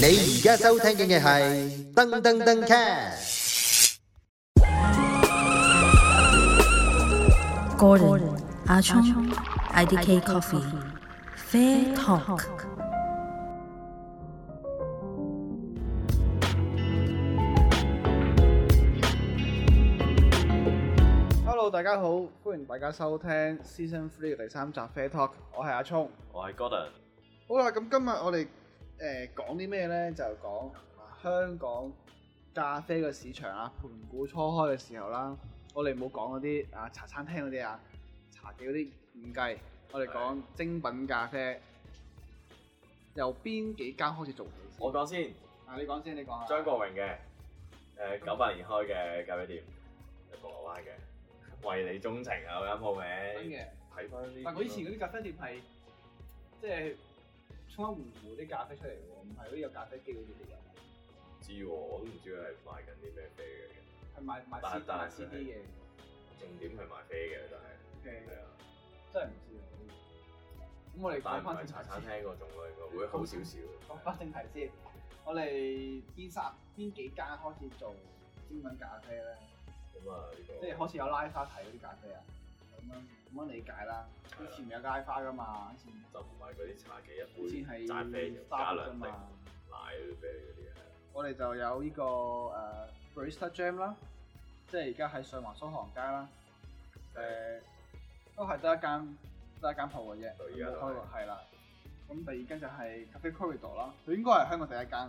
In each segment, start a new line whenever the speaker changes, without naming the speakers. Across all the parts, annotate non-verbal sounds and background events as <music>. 你而家收聽嘅係噔噔噔 cast。
Gordon 阿聰 IDK Coffee Fair Talk。
Hello，大家好，歡迎大家收聽 Season Three 嘅第三集 Fair Talk，我係阿聰。
我係 Gordon，
好啦，咁今日我哋誒講啲咩呢？就講啊香港咖啡嘅市場啊，盤古初開嘅時候啦，我哋冇講嗰啲啊茶餐廳嗰啲啊茶記嗰啲唔計，我哋講精品咖啡由邊幾間開始做起先？
我講先，
啊，你講先，你講啊。
張國榮嘅，誒九八年開嘅咖啡店，喺銅鑼灣嘅，為你鍾情啊嗰間鋪
真
名，
嘅，
睇翻啲，
但我以前嗰啲咖啡店係即係沖一壺壺啲咖啡出嚟喎，唔係嗰啲有咖啡機嗰啲嚟嘅。
唔知喎，我都唔知佢係賣緊啲咩啡嘅，
係買買
但
C 買
但
CD 嘅，
重點係賣啡嘅，但
嘅
係係啊，
真係唔知啊。咁我哋
但
講
唔
翻
係茶餐
正題先，
廳嗰種咯，應該會好少少。
講翻正題先。我哋邊三邊幾間開始做精品咖啡咧？
咁啊呢個，
即係開始有拉花睇嗰啲咖啡啊，咁樣咁樣理解啦。以前有拉花噶嘛，以前
就唔係嗰啲茶記
以前
一杯齋啡
係
加
沙律噶
兩滴
嘛。
奶嗰啲啡嗰啲啊，
我哋就有呢、個誒、呃 Barista Jam 啦，即係而家喺上環蘇杭街啦。誒、都係得一間得一間鋪嘅啫，
到而
冇
家都係
開過係啦。咁第二間就係 Cafe Corridor 啦，佢應該係香港第一間，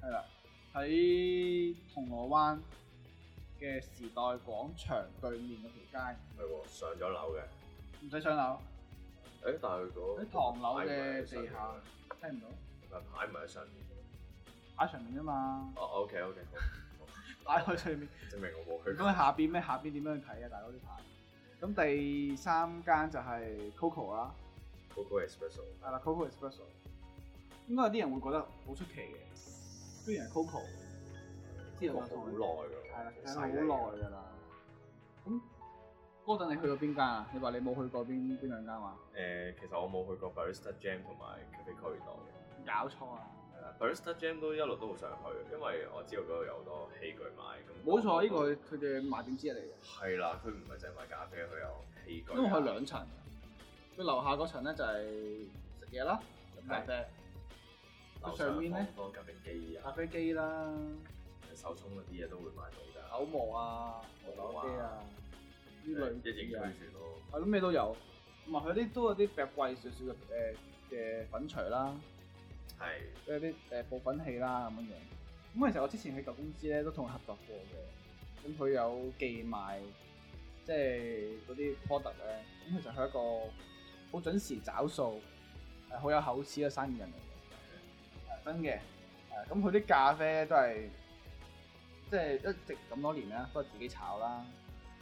係啦，喺銅鑼灣嘅時代廣場對面嗰條街，
係喎上咗樓嘅，
唔使上樓，
誒但係佢嗰
喺唐樓
牌唔
嘅
係喺上
地
面
下，聽唔到，
但係牌唔係喺上面。
擺上面啫嘛，
哦，OK OK，
擺喺上面。
證明我冇去
咁啊
過。
佢下邊咩？下邊點樣去睇啊？大佬呢排。咁第三間就係 Coco 啦，
Coco Espresso
係啦，Coco Espresso。應該有啲人會覺得好出奇嘅，雖然係 Coco，之
呢個
後
好
就
耐
係啦
㗎，，
睇咗啊好耐㗎啦。咁嗰陣你去過邊間啊？你話你冇去過邊邊兩間話？
耐。誒，其實我冇去過 Barista Jam 同埋 Cafe Corridor 嘅。
搞錯啊！
係啦，Barista Jam 都一路都好想去，因為我知道嗰度有好多器具買。咁
冇錯，呢個係佢嘅賣點之一嚟嘅，
係啦，佢唔係淨係賣咖啡，佢有器具啊。
因為佢兩層，佢樓下嗰層咧就係食嘢啦，飲咖啡、
樓
上面咧
放好多咖啡機
咖
啊，
啡機啦、
手沖嗰啲嘢都會買到
口磨啊、磨豆機啊，呢類
㗎，一應俱
嘢啊，
全咯。
係咯咩都有。同埋佢啲都有啲比較貴少少嘅誒嘅粉除啦，
係
都有啲誒布粉器啦咁樣樣。咁其實我之前喺舊公司咧都同佢合作過嘅，咁佢有寄賣即係嗰啲 product 咧，咁其實佢係一個好準時找數，誒好有口齒嘅生意人嚟嘅，係真嘅。誒咁佢啲咖啡咧都係即係一直咁多年啦，都係自己炒啦，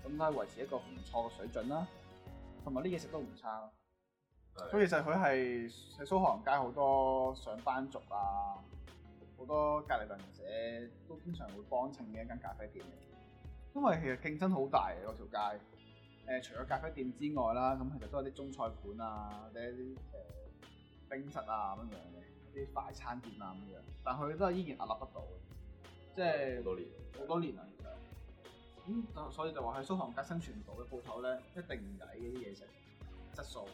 咁都係維持一個唔錯嘅水準啦，同埋啲嘢食都唔差咯。
係
所以其實佢係喺蘇杭街好多上班族啊，好多隔離鄰舍都經常會幫襯嘅一間咖啡店嚟。因為其實競爭好大嘅嗰條街，誒、除咗咖啡店之外啦，咁其實都有啲中菜館啊，或者啲誒、呃冰室啊咁樣嘅，啲快餐店啊咁樣，但佢都係依然屹立不倒嘅，即
好
係
多年，
好多年啦其實。咁就所以就話喺蘇杭街生存唔到嘅鋪頭咧，一定唔抵嘅啲嘢食質素。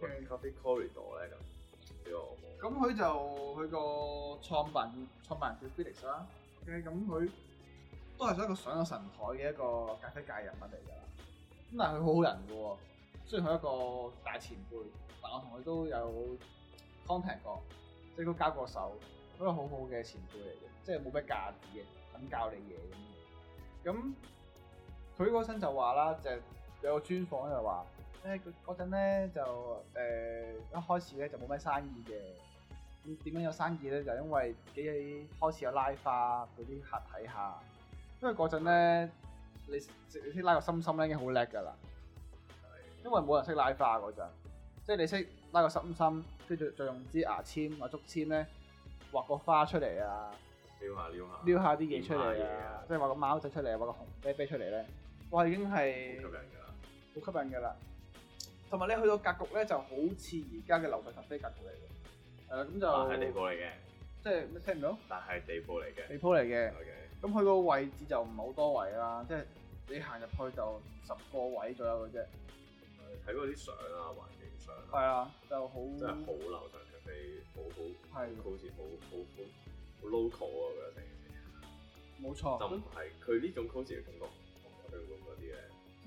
係 Cafe Corridor 咧咁，呢個我冇。
咁佢就佢個創辦創辦人叫 Felix 啦。OK，咁佢都係一個上咗神台嘅一個咖啡界人物嚟㗎啦。咁但係佢好好人㗎喎，雖然佢一個大前輩，但我同佢都有 contact 過，即係都交過手，一個好好嘅前輩嚟嘅，即係冇咩架子嘅，肯教你嘢咁。咁佢嗰陣就話啦，就有個專訪就話。咧嗰陣咧就誒、呃一開始咧就冇咩生意嘅，咁點樣有生意咧？就因為自己開始有拉花俾啲客睇下，因為嗰陣咧你識你識拉個心心咧已經好叻㗎啦，因為冇人識拉花嗰陣，即係你識拉個心心，跟住再用支牙籤或竹籤咧畫個花出嚟啊！
撩下撩下，
撩下啲嘢出嚟
撩下嘢
啊
啊，
即係畫個貓仔出嚟，畫個紅啤啤出嚟咧，哇已經
好
係
吸引㗎啦。
好吸引㗎啦。同埋咧去到格局咧就好似而家嘅流動咖啡格局嚟嘅，誒咁
但係地
就
鋪嚟嘅，
即係咩聽唔到
但係地鋪嚟嘅。
地鋪嚟嘅。
OK，
咁佢個位置就唔係好多位啦，即係你行入去就十個位左右嘅啫。
睇過啲相啊，環境相啊
係啊，就好
真係好流暢咖啡，好好
係
好似好好好好 local 啊！我覺得成件事
冇錯，
就
哦咁
唔係佢呢種 cosy 嘅感覺，同我對嗰啲咧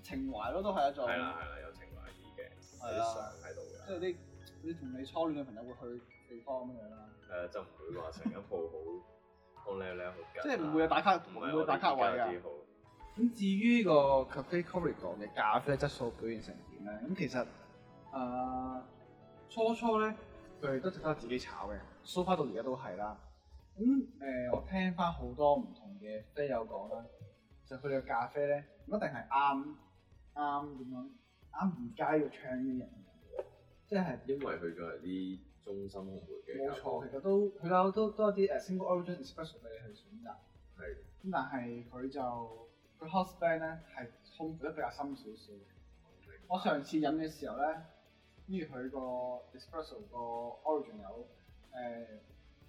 情懷咯都係一種，
係啦係啦，有情懷啲嘅，
哦係啊
有
啦
啲相喺度
即係
嘅。
啲你同你初戀嘅朋友會去地方咁樣啦，
誒就唔會話成間鋪好好靚靚好緊啊，
即係唔會有打卡，
唔
唔
係我
會
哋
打卡位啊
而家
㗎
啲。好
咁至於個 Cafe Corridor 嘅咖啡質素表現成點咧？咁其實誒、呃初初咧，佢哋都值得自己炒嘅，so far 到而家都係啦。咁誒、呃我聽翻好多唔同嘅啡友講啦，其實佢哋嘅咖啡咧，唔一定係啱啱點講，啱而家要唱嘅人，即係
因為佢仲係啲中心烘焙嘅
冇
咖
錯，
啡，
其實都佢有都都有啲誒呃 single origin espresso 俾你去選擇。
係
咁但係佢就佢 hot span 咧係烘焙得比較深少少嘅。我上次飲嘅時候咧，跟住佢個 espresso 個 origin 有誒、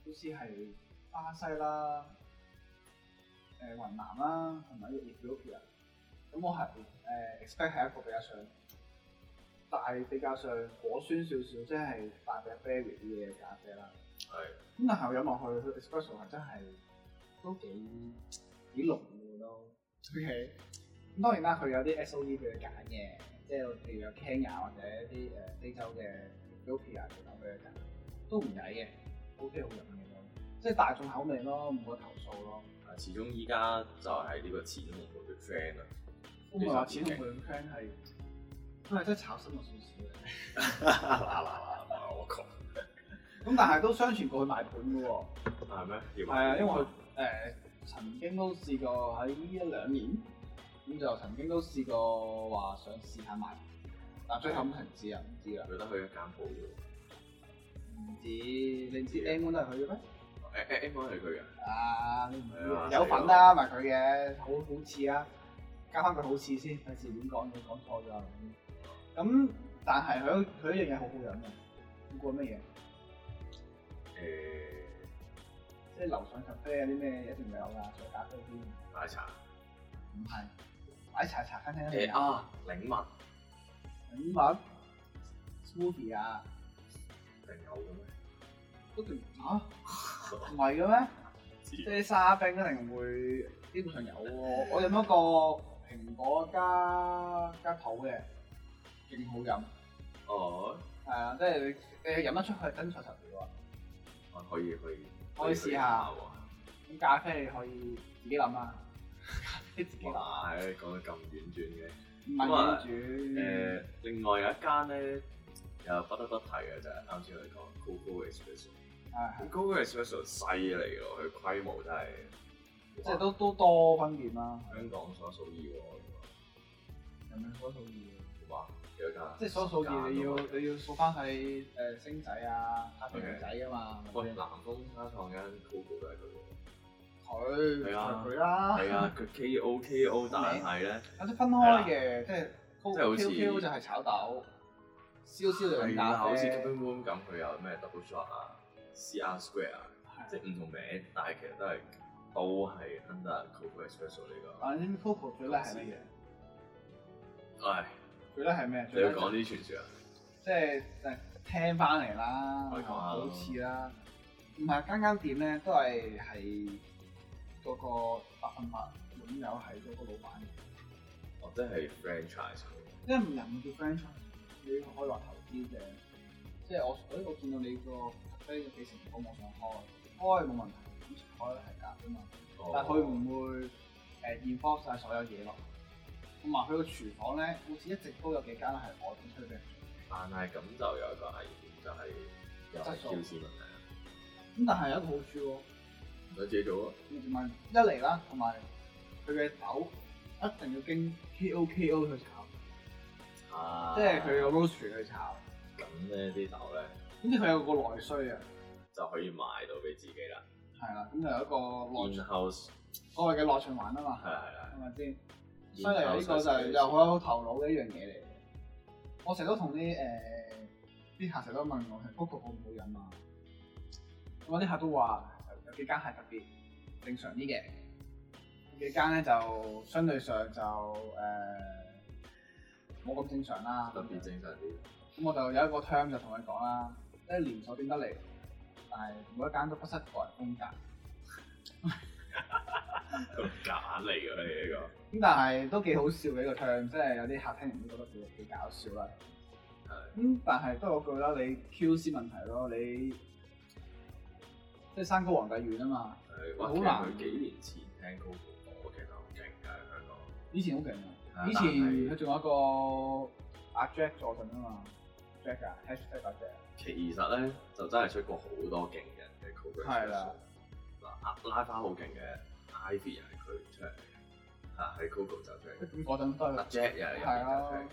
好似係巴西啦、誒、雲南啦，同埋呢個 Ethiopia。咁我係誒、expect 呃係一個比較上大比較上果酸少少，即係大嘅 berry 啲嘢嘅咖啡啦。
係
咁但係我飲落去，佢 espresso 係真係都幾幾濃嘅咯。OK，咁當然啦，佢有啲 SOE 俾佢揀嘅，即係譬如有 Kenya 或者一啲誒非洲嘅 Ethiopia 嘅咁俾佢揀，都唔曳嘅，OK 好飲嘅咯，即係大眾口味咯，唔會投訴咯。
但啊始終依家就係呢個淺烘焙嘅
<laughs>
friend 啊。
我咪話錢同佢 friend 係都係真係炒新我少少嘅。
嗱嗱嗱嗱，我講
咁但係都相傳過去買盤嘅喎。
係咩？要
係啊，因為佢誒、曾經都試過喺呢一兩年，咁就曾經都試過話想試下賣，但最後咁停止啊，唔知啦。
佢得佢一間鋪
唔
啫
知你知 M 都係佢嘅咩？
喎。誒誒 M 係佢嘅，
啊，你唔知
係啊
啊有份啦，咪佢嘅，好好似啊，加翻佢好似先，費事亂講嘢講錯咗啊咁。但係佢佢一樣嘢好好飲嘅，好過乜嘢？
誒
即係樓上咖啡有啊啲咩一定有㗎，除咖啡添，
奶茶
唔係擺茶茶餐廳一定有
誒啊，檸蜜一
英文 smoothie 啊，
定有嘅咩？
嗰定啊唔係嘅
<laughs>
咩？
知
即係沙冰一定會基本上有喎。我飲一個蘋果加加土嘅，勁好飲。
哦，
係啊，即係你你飲得出佢係真材實料啊。
我哦可以可以
可以試下
喎。
咁咖啡你可以自己諗啊，你自己諗，
哇，係講得咁婉轉嘅。
唔係自己煮。
啊誒，另外有一間咧，又不得不提嘅就係啱先我哋講 Coco Espresso。
係係
Coco Espresso 犀利喎，佢規模真係
即係都都多分別啦。
香港所數二喎。
有咩多數嘢？
哇！有一間
即係所數嘢，你要你要數翻喺誒星仔啊、太平洋仔啊嘛，係咪
喂
先
南豐沙創間 Coco 都係佢
佢
係啊
佢佢啦
喎，，係啊，佢 K O K O，但係咧
有啲分開嘅，即係
即係好
Q
似
Q Q 就係炒豆，燒燒就係
係啊，
咖
好似 c a p t a i
啡，
Boom 咁，佢有咩 Double Shot 啊、C R Square 啊，即係唔同名，但係其實都係都係 under Coco Espresso 呢
但你知唔知 Coco 最叻係乜嘢？
個。唉，
最叻係咩？
你
最
要
叻
講
就
啲傳說啊？
即係誒聽翻嚟啦，
我哋講下
好似啦，唔係間間店咧都係係嗰個百分百擁有係嗰個老闆嘅，
哦，即係 franchise。
因為唔人唔叫 franchise，你可以話投資嘅，即係我誒我見到你個咖啡幾成功，我想開，開冇問題，咁開係夾㗎嘛。但佢唔會誒 i n f o 晒所有嘢咯。同埋啊佢個廚房咧，好似一直都有幾間係外邊出嘅。
但係咁就有一個危險，就係又係挑戰問題，
咁但係有一個好處喎，
唔使自己做啊。
同埋一嚟啦，同埋佢嘅豆一定要經 KOKO 去炒，
啊，
即係佢個 roaster 去炒。
咁咧啲豆咧
咁即係佢有個內需啊，
就可以賣到俾自己啦。
係啦，咁就有一個內
In house
所謂嘅內循環啊嘛，
係啦係啦
係咪先？犀利
in-house
啊！呢個就係
espresso
又好有頭腦嘅一樣嘢嚟嘅。我成日都同啲誒啲客成日都問我係 Coco 好唔好飲啊？咁啲客都話有有幾間係特別正常啲嘅，有幾間咧就相對上就誒冇咁正常啦。
特別正常啲。 <laughs>
咁我就有一個 term 就同佢講啦，一連鎖店得嚟，但係每一間都不失個人風格。
咁假嚟㗎你呢
咁但係都幾好笑嘅一個 term，即係有啲客聽完都覺得幾幾搞笑啦。咁、但係都係嗰句啦，你 QC 問題咯，你即係山高皇帝遠啊嘛，
個，
好
好
難
佢幾年前聽高過我，其實好勁㗎喺香港。
以前好勁啊。以前
但係
佢仲有一個阿 Jack 佐陣啊嘛，Jack 啊，hashtag 阿 Jack，
其實咧就真係出過好多勁人嘅 c o v e r
係啦，
嗱拉花好勁嘅，Ivy 係佢出嚟嘅，嚇喺 Coco 走出嚟嘅，
咁嗰陣都
阿
係
Jack 又係
係
入邊
啊
走出嚟嘅，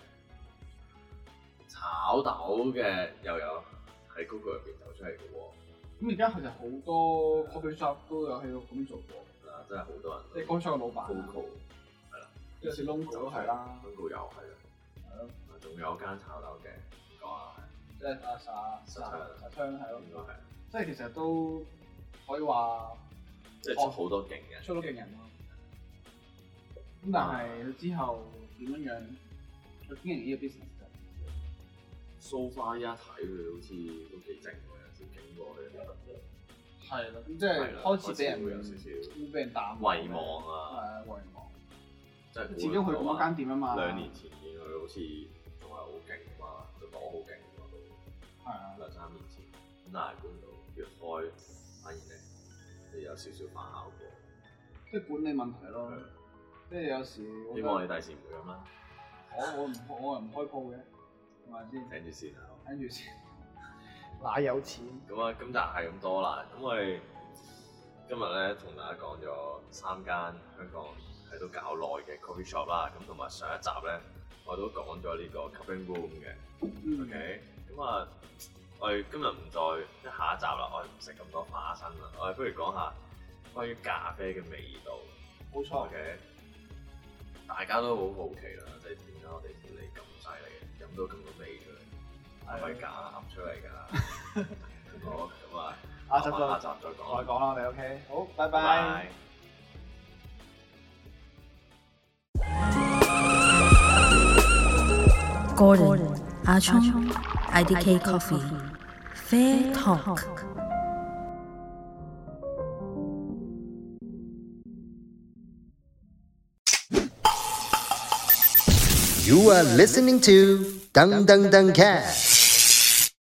炒豆嘅又有喺 Coco 入邊走出嚟嘅喎，
咁而家其實好多 coffee shop 都有喺度咁樣做過，
嗱真係好多人都。
即係 coffee shop 嘅老闆啊，
Coco
有時 logo 都係啦，
，Coco 又係啦，啊
係咯，
仲有間炒豆嘅，唔講啊，
即係阿沙沙沙窗係咯
應，該係
即係其實都可以話
即係
哦
出好多勁嘅，
出到勁人咯。咁但係之後點樣樣去經營呢個 business 咧？
蘇花一睇佢好似都幾正喎，有時經過佢
係啦，咁即係開始俾人
會有少少
會俾人淡
遺忘啊，
係遺忘。
即係
始終去嗰間店啊嘛，
兩年前見佢好似仲係好勁㗎嘛，佢講好勁啊㗎嘛，
係啊
都，兩三年前咁，但係估唔到越開反而咧，你有少少反效果。
即係管理問題咯。即係有時我
希
覺得
望你第時唔會咁啦，
我我唔我又唔開鋪嘅，係咪先？
聽住先啊啦。
跟住先，哪有錢？
咁啊，今集係咁多啦。咁我哋今日咧同大家講咗三間香港喺度搞耐嘅 coffee shop 啦。咁同埋上一集咧，我都講咗呢個 cupping room 嘅。
嗯
OK，咁啊，我哋今日唔再即係下一集啦，我哋唔食咁多花生啦，我哋不如講下關於咖啡嘅味道。
冇錯，
OK，大家都好好奇啦，即係點解我哋啲你咁犀利，飲到咁多味出嚟，係咪假噏出嚟㗎？好，咁啊，
下集再
下集
再
再講啦，
講啦，我哋 OK，好，拜
拜
拜
拜。。
Gordon, Achong, IDK Coffee, Fair Talk.
You are listening to Dung Dung Dung Cat.